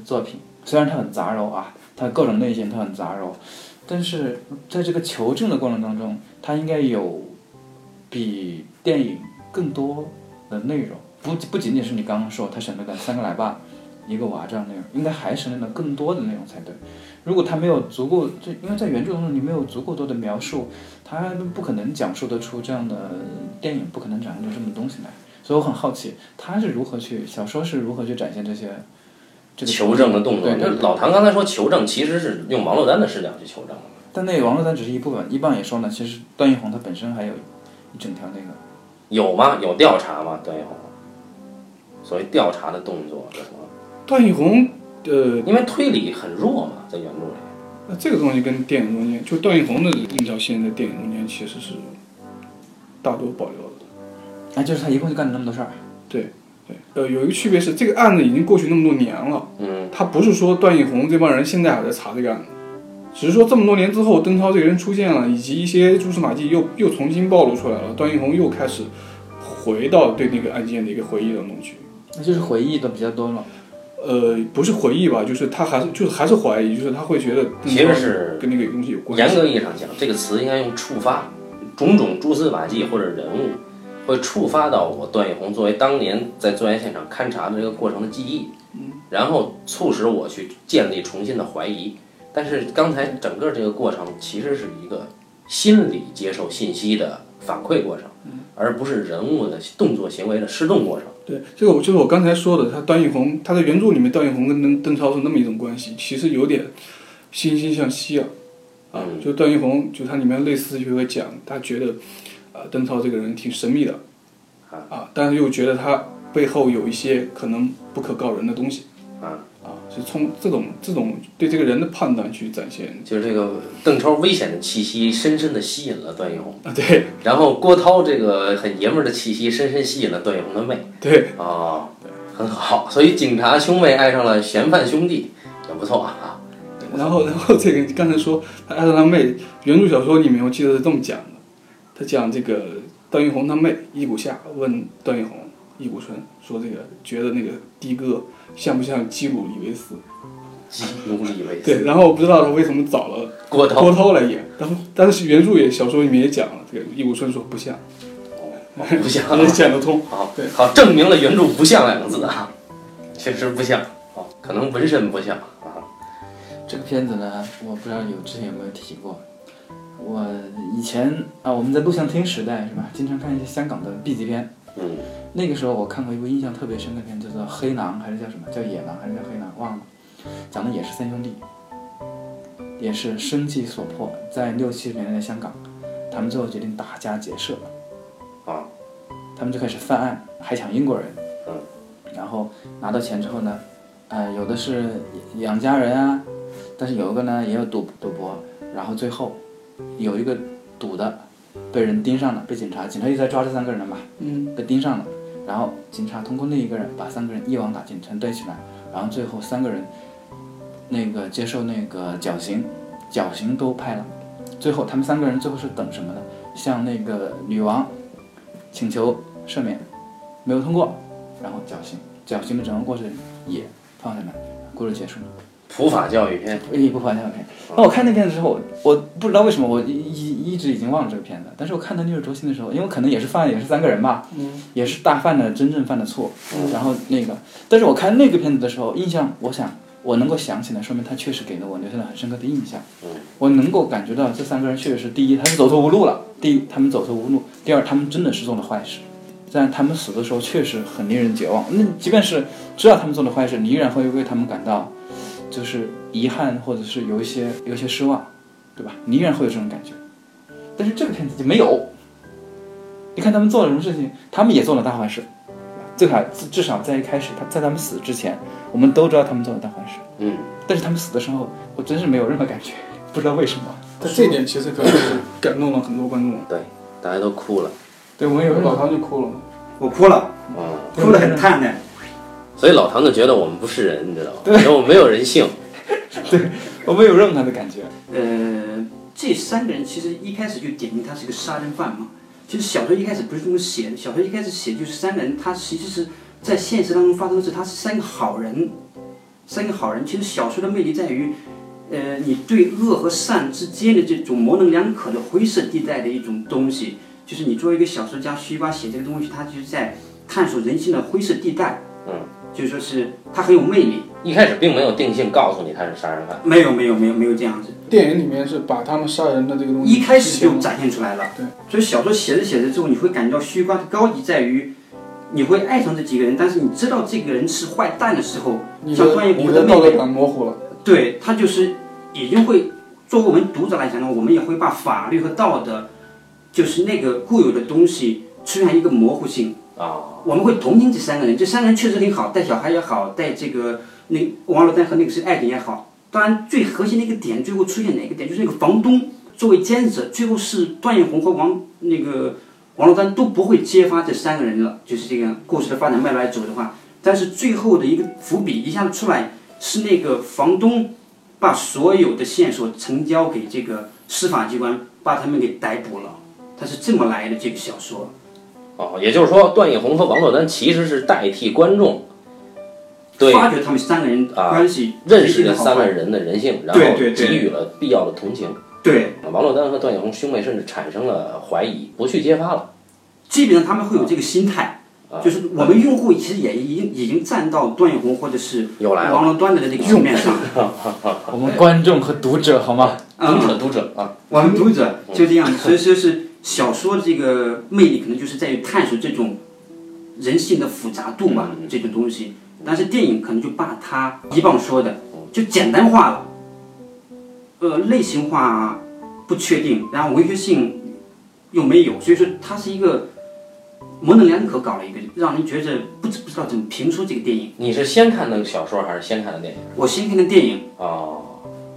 Speaker 2: 作品。虽然它很杂糅啊，它各种类型它很杂糅，但是在这个求证的过程当中，它应该有比电影更多的内容，不不仅仅是你刚刚说它省略了三个奶爸、一个娃这样的内容，应该还省略了更多的内容才对。如果它没有足够，就因为在原著当中你没有足够多的描述，它不可能讲述得出这样的电影不可能展现出这么东西来，所以我很好奇他是如何去小说是如何去展现这些这个
Speaker 1: 求证的动作，
Speaker 2: 对，
Speaker 1: 就是老唐刚才说求证，其实是用王珞丹的视角去求证的。
Speaker 2: 但那个王珞丹只是一部分，一棒也说呢，其实段奕宏他本身还有一整条那个，
Speaker 1: 有吗？有调查吗？段奕宏，所谓调查的动作是什么？
Speaker 4: 段奕宏，呃，
Speaker 1: 因为推理很弱嘛，在原著里。
Speaker 4: 那这个东西跟电影中间，就段奕宏的那条线在电影中间其实是大多保留的。
Speaker 2: 啊，就是他一共就干了那么多事儿，
Speaker 4: 对，呃，有一个区别是，这个案子已经过去那么多年了，
Speaker 1: 嗯
Speaker 4: 他不是说段奕宏这帮人现在还在查这个案子，只是说这么多年之后，邓超这个人出现了，以及一些蛛丝马迹又又重新暴露出来了，段奕宏又开始回到对那个案件的一个回忆当中去。
Speaker 2: 那就是回忆的比较多了。
Speaker 4: 呃，不是回忆吧，就是他还是就是还是怀疑，就是他会觉得
Speaker 2: 嗯
Speaker 4: 邓
Speaker 1: 其实
Speaker 4: 超
Speaker 1: 是
Speaker 4: 跟那个东西有关系。
Speaker 1: 严格意义上讲，这个词应该用触发，种种蛛丝马迹或者人物，会触发到我段奕宏作为当年在作案现场勘查的这个过程的记忆，然后促使我去建立重新的怀疑。但是刚才整个这个过程其实是一个心理接受信息的反馈过程，而不是人物的动作行为的失动过程。
Speaker 4: 对，这个我就是我刚才说的，他段奕宏，他在原著里面段奕宏跟邓邓超是那么一种关系，其实有点惺惺相惜啊，啊，就段奕宏，就他里面类似就会讲，他觉得啊、邓超这个人挺神秘的，啊，但是又觉得他背后有一些可能不可告人的东西，
Speaker 1: 啊
Speaker 4: 啊，是从这种这种对这个人的判断去展现
Speaker 1: 就是这个邓超危险的气息深深地吸引了段奕宏，
Speaker 4: 啊，对
Speaker 1: 然后郭涛这个很爷们儿的气息深深吸引了段奕宏的妹。
Speaker 4: 对，
Speaker 1: 哦，很好，所以警察兄妹爱上了嫌犯兄弟，也不错啊。
Speaker 4: 然后，然后这个你刚才说他爱上他妹，原著小说里面我记得是这么讲的，他讲这个段奕宏他妹易谷夏问段奕宏易谷春说这个觉得那个的哥像不像基鲁里维斯？
Speaker 1: 基努里维斯，
Speaker 4: 对，然后我不知道他为什么找了
Speaker 1: 郭涛，
Speaker 4: 郭涛来演，但但是原著也小说里面也讲了，这个易谷春说不像，
Speaker 1: 哦不像啊
Speaker 4: 也讲得通。
Speaker 1: 好，
Speaker 4: 对
Speaker 1: 好，证明了原著不像两个字啊，确实不像，哦，可能纹身不像啊，
Speaker 2: 这个片子呢，我不知道有之前有没有提过。我以前啊，我们在录像厅时代是吧，经常看一些香港的 B 级片。
Speaker 1: 嗯，
Speaker 2: 那个时候我看过一部印象特别深的片，叫做《黑狼》还是叫什么？叫《野狼》还是叫《黑狼》？忘了。讲的也是三兄弟，也是生计所迫，在六七十年代的香港，他们最后决定打家劫舍。
Speaker 1: 啊，
Speaker 2: 他们就开始犯案，还抢英国人。
Speaker 1: 嗯。
Speaker 2: 然后拿到钱之后呢，呃，有的是养家人啊，但是有一个呢也有赌赌博，然后最后有一个赌的被人盯上了，被警察，警察一直在抓这三个人嘛，
Speaker 4: 嗯，
Speaker 2: 被盯上了，然后警察通过那一个人把三个人呃一网打尽，成堆起来，然后最后三个人那个接受那个绞刑，绞刑都拍了，最后他们三个人最后是等什么呢？向那个女王请求赦免，没有通过，然后绞刑，绞刑的整个过程也放下来，故事结束了。
Speaker 1: 普法教育片，
Speaker 2: 一部怀念片。那我看那片的时候，我不知道为什么我一一一直已经忘了这个片子，但是我看到《逆日灼心》的时候，因为可能也是犯也是三个人吧，也是大犯的真正犯的错，然后那个，但是我看那个片子的时候，印象我想我能够想起来，说明他确实给了我留下了很深刻的印象。我能够感觉到这三个人确实是第一，他们走投无路了；第一，他们走投无路；第二，他们真的是做了坏事。但他们死的时候确实很令人绝望。那即便是知道他们做了坏事，你依然会为他们感到就是遗憾，或者是有一些有一些失望，对吧？你依然会有这种感觉。但是这个片子就没有。你看他们做了什么事情，他们也做了大坏事，对吧最好至至少在一开始，他在他们死之前，我们都知道他们做了大坏事。
Speaker 1: 嗯，
Speaker 2: 但是他们死的时候，我真是没有任何感觉，不知道为什么。
Speaker 4: 但这一点其实可能是感动了很多观众，
Speaker 1: 对，大家都哭了，
Speaker 2: 对我们有
Speaker 4: 老唐就哭了。
Speaker 3: 我哭了，
Speaker 1: 嗯，
Speaker 3: 哭得很灿烂。
Speaker 1: 所以老唐就觉得我们不是人，你知道吧？因为我们没有人性，
Speaker 2: 我们有任何的感觉。
Speaker 3: 呃，这三个人其实一开始就点名他是个杀人犯嘛。其实小说一开始不是这么写的，小说一开始写就是三个人，他其实是在现实当中发生的事，他是三个好人，三个好人。其实小说的魅力在于，呃，你对恶和善之间的这种模棱两可的灰色地带的一种东西，就是你作为一个小说家，徐巴写这个东西，他就是在探索人性的灰色地带。
Speaker 1: 嗯，
Speaker 3: 就是说是他很有魅力。
Speaker 1: 一开始并没有定性告诉你他是杀人犯，
Speaker 3: 没有没有没有没有这样子。
Speaker 4: 电影里面是把他们杀人的这个东西
Speaker 3: 一开始
Speaker 4: 体现
Speaker 3: 就
Speaker 4: 了
Speaker 3: 展现出来了。
Speaker 4: 对，
Speaker 3: 所以小说写着写着之后，你会感觉到虚瓜的高级在于，你会爱上这几个人，但是你知道这个人是坏蛋的时候，
Speaker 4: 你
Speaker 3: 像
Speaker 4: 的
Speaker 3: 段奕
Speaker 4: 你
Speaker 3: 宏
Speaker 4: 的
Speaker 3: 妹
Speaker 4: 道德
Speaker 3: 妹，
Speaker 4: 感模糊了。
Speaker 3: 对他就是已经会，作为我们读者来讲呢，我们也会把法律和道德，就是那个固有的东西出现一个模糊性。
Speaker 1: 啊，
Speaker 3: 我们会同情这三个人，这三个人确实挺好，带小孩也好，带这个那王珞丹和那个谁艾琳也好。当然，最核心的一个点，最后出现哪个点，就是那个房东作为监者，最后是段奕宏和王那个王珞丹都不会揭发这三个人了，就是这个故事的发展脉络来走的话。但是最后的一个伏笔一下子出来，是那个房东把所有的线索呈交给这个司法机关，把他们给逮捕了。他是这么来的这个小说。
Speaker 1: 哦，也就是说，段奕宏和王珞丹其实是代替观众对
Speaker 3: 发掘他们三个人
Speaker 1: 啊
Speaker 3: 关系，
Speaker 1: 认识这
Speaker 3: 的
Speaker 1: 三个
Speaker 3: 人，
Speaker 1: 人的人性，然后
Speaker 3: 对对对
Speaker 1: 给予了必要的同情。啊
Speaker 3: 对，
Speaker 1: 王珞丹和段奕宏兄妹甚至产生了怀疑，不去揭发了。
Speaker 3: 基本上他们会有这个心态，
Speaker 1: 啊
Speaker 3: 就是我们用户其实也已经已经站到段奕宏或者是
Speaker 1: 又来了，
Speaker 3: 王珞丹的这个局面上，
Speaker 2: 我们观众和读者好吗？
Speaker 1: 读
Speaker 3: 嗯，
Speaker 1: 者读者啊，
Speaker 3: 我们读者就这样，所以说是小说这个魅力可能就是在于探索这种人性的复杂度吧，这种东西。但是电影可能就把它一棒说的就简单化了，呃，类型化不确定，然后文学性又没有，所以说它是一个模棱两可搞了一个，让人觉着不知不知道怎么评出这个电影。
Speaker 1: 你是先看的小说还是先看的电影？
Speaker 3: 我先看的电影，
Speaker 1: 哦，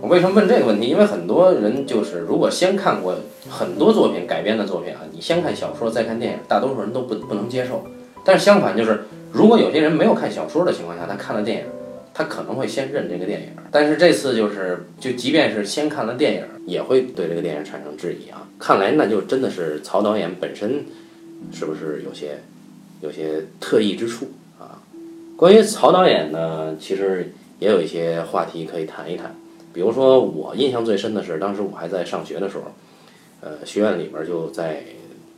Speaker 1: 我为什么问这个问题？因为很多人就是如果先看过很多作品改编的作品啊，你先看小说再看电影，大多数人都不不能接受。但是相反，就是如果有些人没有看小说的情况下，他看了电影，他可能会先认这个电影。但是这次就是，就即便是先看了电影，也会对这个电影产生质疑啊。看来那就真的是曹导演本身是不是有些有些特异之处啊？关于曹导演呢，其实也有一些话题可以谈一谈。比如说，我印象最深的是，当时我还在上学的时候，呃，学院里面就在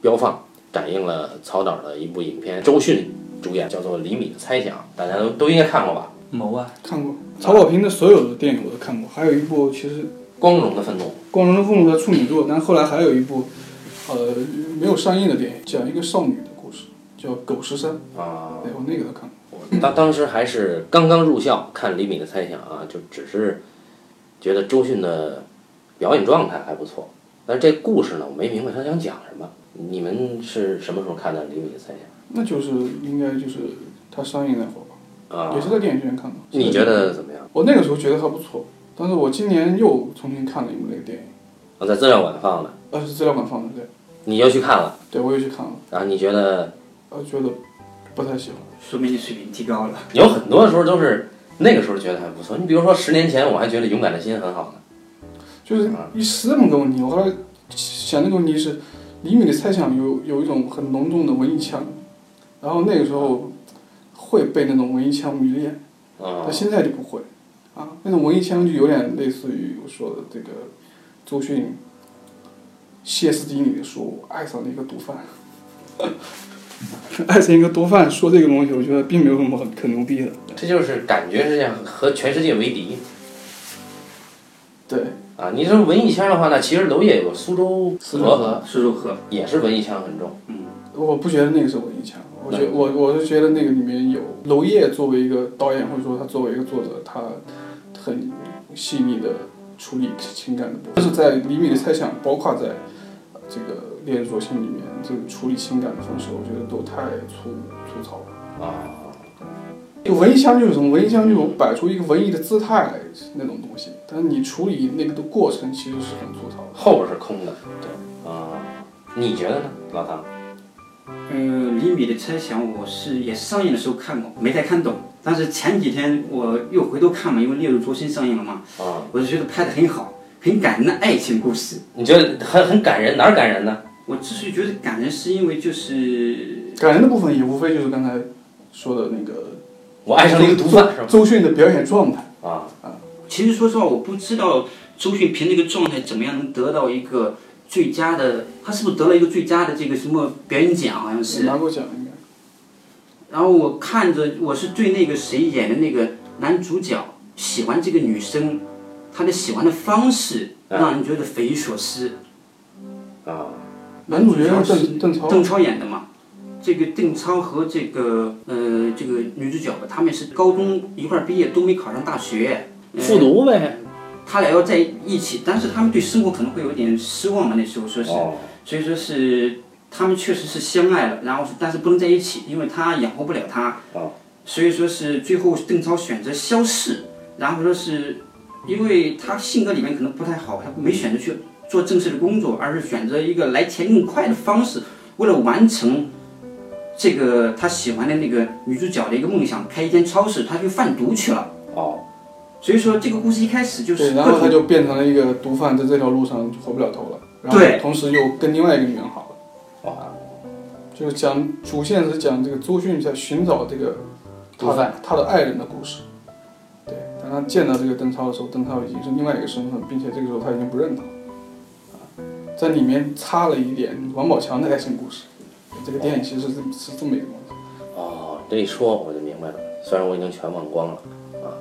Speaker 1: 标放展映了曹导的一部影片，周迅主演，叫做《厘米的猜想》，大家都都应该看过吧？
Speaker 2: 谋啊，
Speaker 4: 看过曹保平的所有的电影我都看过，还有一部其实《
Speaker 1: 光荣的愤怒，
Speaker 4: 光荣的父母》的处女作，但后来还有一部，呃，没有上映的电影，讲一个少女的故事，叫《狗十三》。
Speaker 1: 啊，
Speaker 4: 对，我那个都看过。
Speaker 1: 我当当时还是刚刚入校看《厘米的猜想》啊，就只是觉得周迅的表演状态还不错，但是这故事呢，我没明白他想讲什么。你们是什么时候看的《厘米的猜想
Speaker 4: 那就是应该就是它上映那会儿吧，》
Speaker 1: 啊
Speaker 4: 也？是在电影院看的。
Speaker 1: 你觉？得怎么样？
Speaker 4: 我那个时候觉得还不错，但是我今年又重新看了一部那个电影，
Speaker 1: 我啊在资料馆放的，
Speaker 4: 呃，是资料馆放的，对，
Speaker 1: 你又去看了。
Speaker 4: 对我又去看了，
Speaker 1: 然后你觉得
Speaker 4: 呃，觉得不太喜欢。
Speaker 3: 说明你水平提高了。
Speaker 1: 有很多时候都是那个时候觉得还不错。你比如说十年前我还觉得《勇敢的心》很好呢，
Speaker 4: 就是
Speaker 1: 啊
Speaker 4: 你是这么个问题，我后来想那个问题是，李米的猜想有有一种很浓重的文艺腔，然后那个时候会被那种文艺腔迷恋，
Speaker 1: 啊
Speaker 4: 但现在就不会，啊，那种文艺腔就有点类似于我说的这个周迅、歇斯底里的说我爱上了一个毒贩， 爱上一个毒贩说这个东西，我觉得并没有什么很很牛逼的，
Speaker 1: 这就是感觉是想和全世界为敌
Speaker 4: 对，
Speaker 1: 啊。你说文艺腔的话呢，其实娄烨有个苏州
Speaker 2: 四
Speaker 1: 河
Speaker 2: 合，
Speaker 3: 是如何？
Speaker 1: 也是文艺腔很重，
Speaker 4: 我不觉得那个是文艺腔，我觉我我是觉得那个里面有娄烨作为一个导演，或者说他作为一个作者，他很细腻的处理情感的部分，就是在《厘米的猜想》，包括在呃这个《烈日灼心》里面，这个处理情感的方式，我觉得都太粗粗糙了。
Speaker 1: 啊。
Speaker 4: 文艺腔就是什么？文艺腔就是摆出一个文艺的姿态那种东西，但是你处理那个的过程其实是很粗糙的。
Speaker 1: 后边是空的，对啊。你觉得呢，老唐？
Speaker 3: 呃，厘米的猜想，我是也是上映的时候看过，没太看懂。但是前几天我又回头看了，因为《烈日灼心》上映了嘛，
Speaker 1: 啊，
Speaker 3: 我就觉得拍的很好，很感人的爱情故事。
Speaker 1: 你觉得很很感人，哪儿感人呢？
Speaker 3: 我之所以觉得感人，是因为就是
Speaker 4: 感人的部分也无非就是刚才说的那个
Speaker 1: 我爱上了一个毒贩，是吧？
Speaker 4: 周迅的表演状态。
Speaker 1: 啊，
Speaker 3: 其实说实话，我不知道周迅凭这个状态怎么样能得到一个最佳的，他是不是得了一个最佳的这个什么表演奖？好像是。
Speaker 4: 拿过奖应该。
Speaker 3: 然后我看着，我是对那个谁演的那个男主角喜欢这个女生，她的喜欢的方式
Speaker 1: 嗯
Speaker 3: 让人觉得匪夷所思。
Speaker 1: 啊，
Speaker 4: 男主角是
Speaker 3: 是
Speaker 4: 邓邓超，
Speaker 3: 邓超演的嘛，这个邓超和这个呃这个女主角吧，他们是高中一块儿毕业，都没考上大学。呃
Speaker 1: 复读呗。
Speaker 3: 他俩要在一起，但是他们对生活可能会有点失望嘛，那时候说是，
Speaker 1: 哦，
Speaker 3: 所以说是他们确实是相爱了，然后是但是不能在一起，因为他养活不了她，
Speaker 4: 啊
Speaker 1: 哦
Speaker 3: 所以说是最后邓超选择消逝，然后说是因为他性格里面可能不太好，他没选择去做正式的工作，而是选择一个来钱更快的方式，为了完成。这个他喜欢的那个女主角的一个梦想，开一间超市，他去贩毒去了。
Speaker 1: 哦，
Speaker 3: 所以说这个故事一开始就是
Speaker 4: 对，
Speaker 3: 各
Speaker 4: 然后
Speaker 3: 种
Speaker 4: 他就变成了一个毒贩，在这条路上就回不了头了。然后
Speaker 3: 对
Speaker 4: 同时又跟另外一个女人好
Speaker 1: 哦，
Speaker 4: 了，就是讲主线是讲这个周迅在寻找这个
Speaker 2: 毒贩
Speaker 4: 他的爱人的故事。对，当他见到这个邓超的时候，邓超已经是另外一个身份，并且这个时候他已经不认他了。啊，在里面插了一点王宝强的爱情故事。这个电影其实是是这么一个东西。
Speaker 1: 哦，这一说我就明白了，虽然我已经全忘光了啊，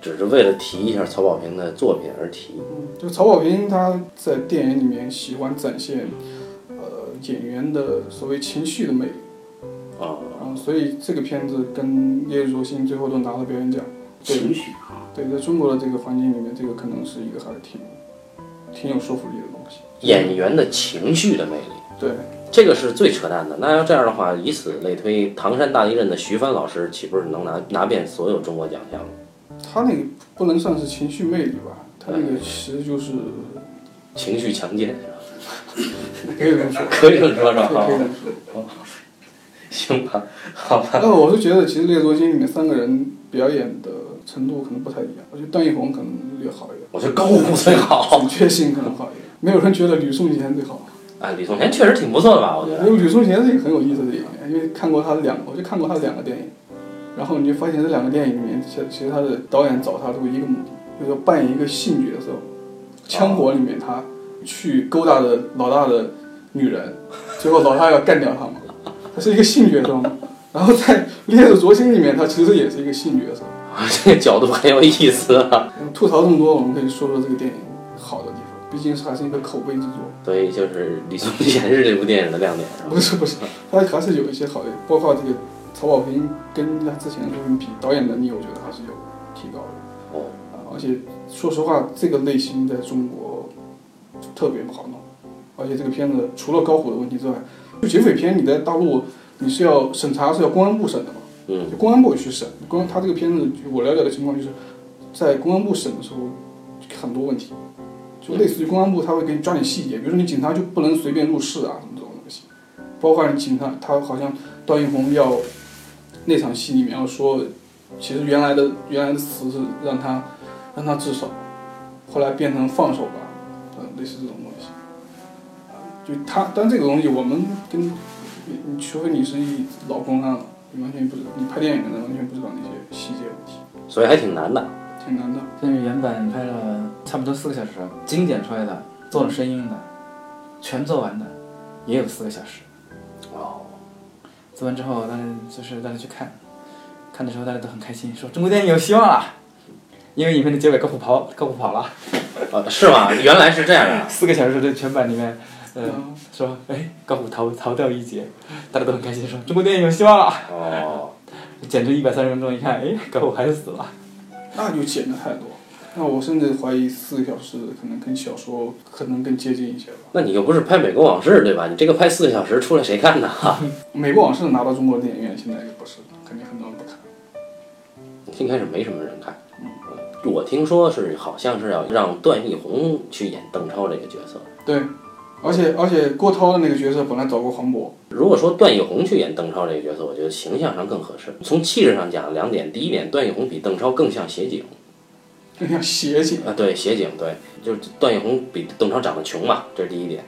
Speaker 1: 只是为了提一下曹保平的作品而提。
Speaker 4: 就曹保平他在电影里面喜欢展现，呃，演员的所谓情绪的魅力。
Speaker 1: 啊，
Speaker 4: 啊，所以这个片子跟《烈日灼心》最后都拿了表演奖。
Speaker 3: 情绪啊，
Speaker 4: 对，在中国的这个环境里面，这个可能是一个还是挺挺有说服力的东西。
Speaker 1: 演员的情绪的魅力，
Speaker 4: 对，
Speaker 1: 这个是最扯淡的。那要这样的话，以此类推，唐山大地震的徐帆老师岂不是能拿拿遍所有中国奖项了？
Speaker 4: 他那个不能算是情绪魅力吧，他那个其 实就是
Speaker 1: 情绪强健，
Speaker 4: 可以这么说，
Speaker 1: 可以这么说，是吧？好
Speaker 4: 可以这么说。
Speaker 1: 行吧，好吧，
Speaker 4: 但我是觉得，其实《猎多星》里面三个人表演的程度可能不太一样。我觉得段奕宏可能略好一点，
Speaker 1: 我觉得高虎最好。
Speaker 4: 准确性可能好一点。没有人觉得吕颂贤最好，
Speaker 1: 啊，李颂贤确实挺不错的吧？我觉
Speaker 4: 因
Speaker 1: 得。
Speaker 4: 为吕颂贤是一个很有意思的演员，因为看过他两，我就看过他两个电影，然后你就发现这两个电影里面，其其实他的导演找他都有一个目的，就是扮演一个性角色，枪火里面他去勾搭的老大的女人，最后老大要干掉他嘛，他是一个性角色嘛。然后在《烈日灼心》里面，他其实也是一个性角色。
Speaker 1: 这个角度很有意思啊。
Speaker 4: 嗯吐槽这么多，我们可以说说这个电影好的地方，毕竟是还是一个口碑之作。
Speaker 1: 所以就是李颂贤是这部电影的亮点，是吧
Speaker 4: 不？是不是，它还是有一些好的，包括这个曹保平跟他之前的作品比，导演能力我觉得还是有提高的
Speaker 1: 哦，
Speaker 4: 啊。而且说实话，这个类型在中国特别不好弄，而且这个片子除了高虎的问题之外，就劫匪片你在大陆你是要审查是要公安部审的嘛？
Speaker 1: 嗯，
Speaker 4: 就公安部去审，公安他这个片子，我了解的情况就是，在公安部审的时候，很多问题，就类似于公安部他会给你抓点细节，比如说你警察就不能随便入室啊，什么这种东西，包括你警察，他好像段奕宏要那场戏里面要说，其实原来的原来的词是让他让他自首，后来变成放手吧，嗯，类似这种东西，啊，就他，但这个东西我们跟你你除非你是一老公安了，你完全不知道，你拍电影的人完全不知道那些细节问题，
Speaker 1: 所以还挺难的。
Speaker 4: 挺难的。
Speaker 2: 这原版拍了差不多四个小时，精简出来的，做了声音的，全做完的，也有四个小时。
Speaker 1: 哦，
Speaker 2: 做完之后，大家就是大家去看，看的时候大家都很开心，说中国电影有希望了，因为影片的结尾高虎跑高虎跑了，
Speaker 1: 呃，是吗？原来是这样啊。
Speaker 2: 四个小时的全版里面，呃，
Speaker 4: 嗯，
Speaker 2: 说哎高虎逃逃掉一劫，大家都很开心，说中国电影有希望了。
Speaker 1: 哦，
Speaker 2: 剪成一百三十分钟，一看，哎，高虎还是死了。
Speaker 4: 那就剪的太多。那我甚至怀疑四个小时可能跟小说可能更接近一些吧。
Speaker 1: 那你又不是拍《美国往事》对吧？你这个拍四个小时出来谁看呢？
Speaker 4: 美国往事拿到中国电影院，现在也不是，肯定很多人不看。
Speaker 1: 一开始没什么人看。嗯我听说是好像是要让段奕宏去演邓超这个角色。
Speaker 4: 对，而且而且郭涛的那个角色本来找过黄渤，
Speaker 1: 如果说段奕宏去演邓超这个角色，我觉得形象上更合适。从气质上讲，两点：第一点，段奕宏比邓超更像协警
Speaker 4: 更像邪性。
Speaker 1: 啊，对，协警，对，就是段奕宏比邓超长得穷嘛，这是第一点。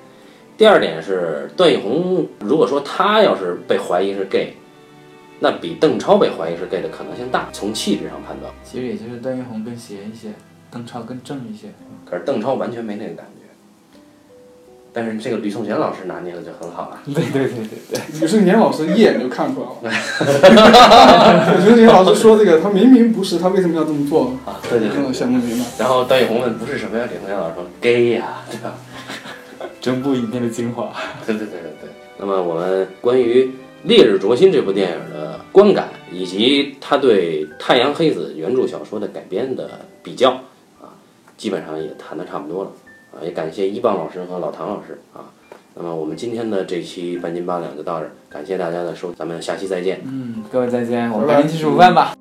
Speaker 1: 第二点是段奕宏，如果说他要是被怀疑是 gay，那比邓超被怀疑是 gay 的可能性大，从气质上判断。
Speaker 2: 其实也就是段奕宏更邪一些，邓超更正一些。
Speaker 1: 可是邓超完全没那个感觉。但是这个吕颂贤老师拿捏的就很好了。
Speaker 2: 对对对对对，
Speaker 4: 吕圣年老师一眼就看出 来了。吕圣年老师说这个，他明明不是，他为什么要这么做？
Speaker 1: 啊，对对
Speaker 4: 让我
Speaker 1: 对。
Speaker 4: 想不明白。
Speaker 1: 然后段奕宏问不是什么呀？吕颂贤老师说 gay 呀、对吧？
Speaker 2: 整部影片的精华。
Speaker 1: 对对对对对。那么我们关于《烈日灼心》这部电影的观感，以及他对太阳黑子原著小说的改编的比较啊，基本上也谈的差不多了啊。也感谢一棒老师和老唐老师啊。那么我们今天的这期半斤八两就到这儿，感谢大家的收，咱们下期再见。
Speaker 2: 嗯，各位再见，我们
Speaker 4: 拜拜
Speaker 2: 赶紧去吃午饭吧。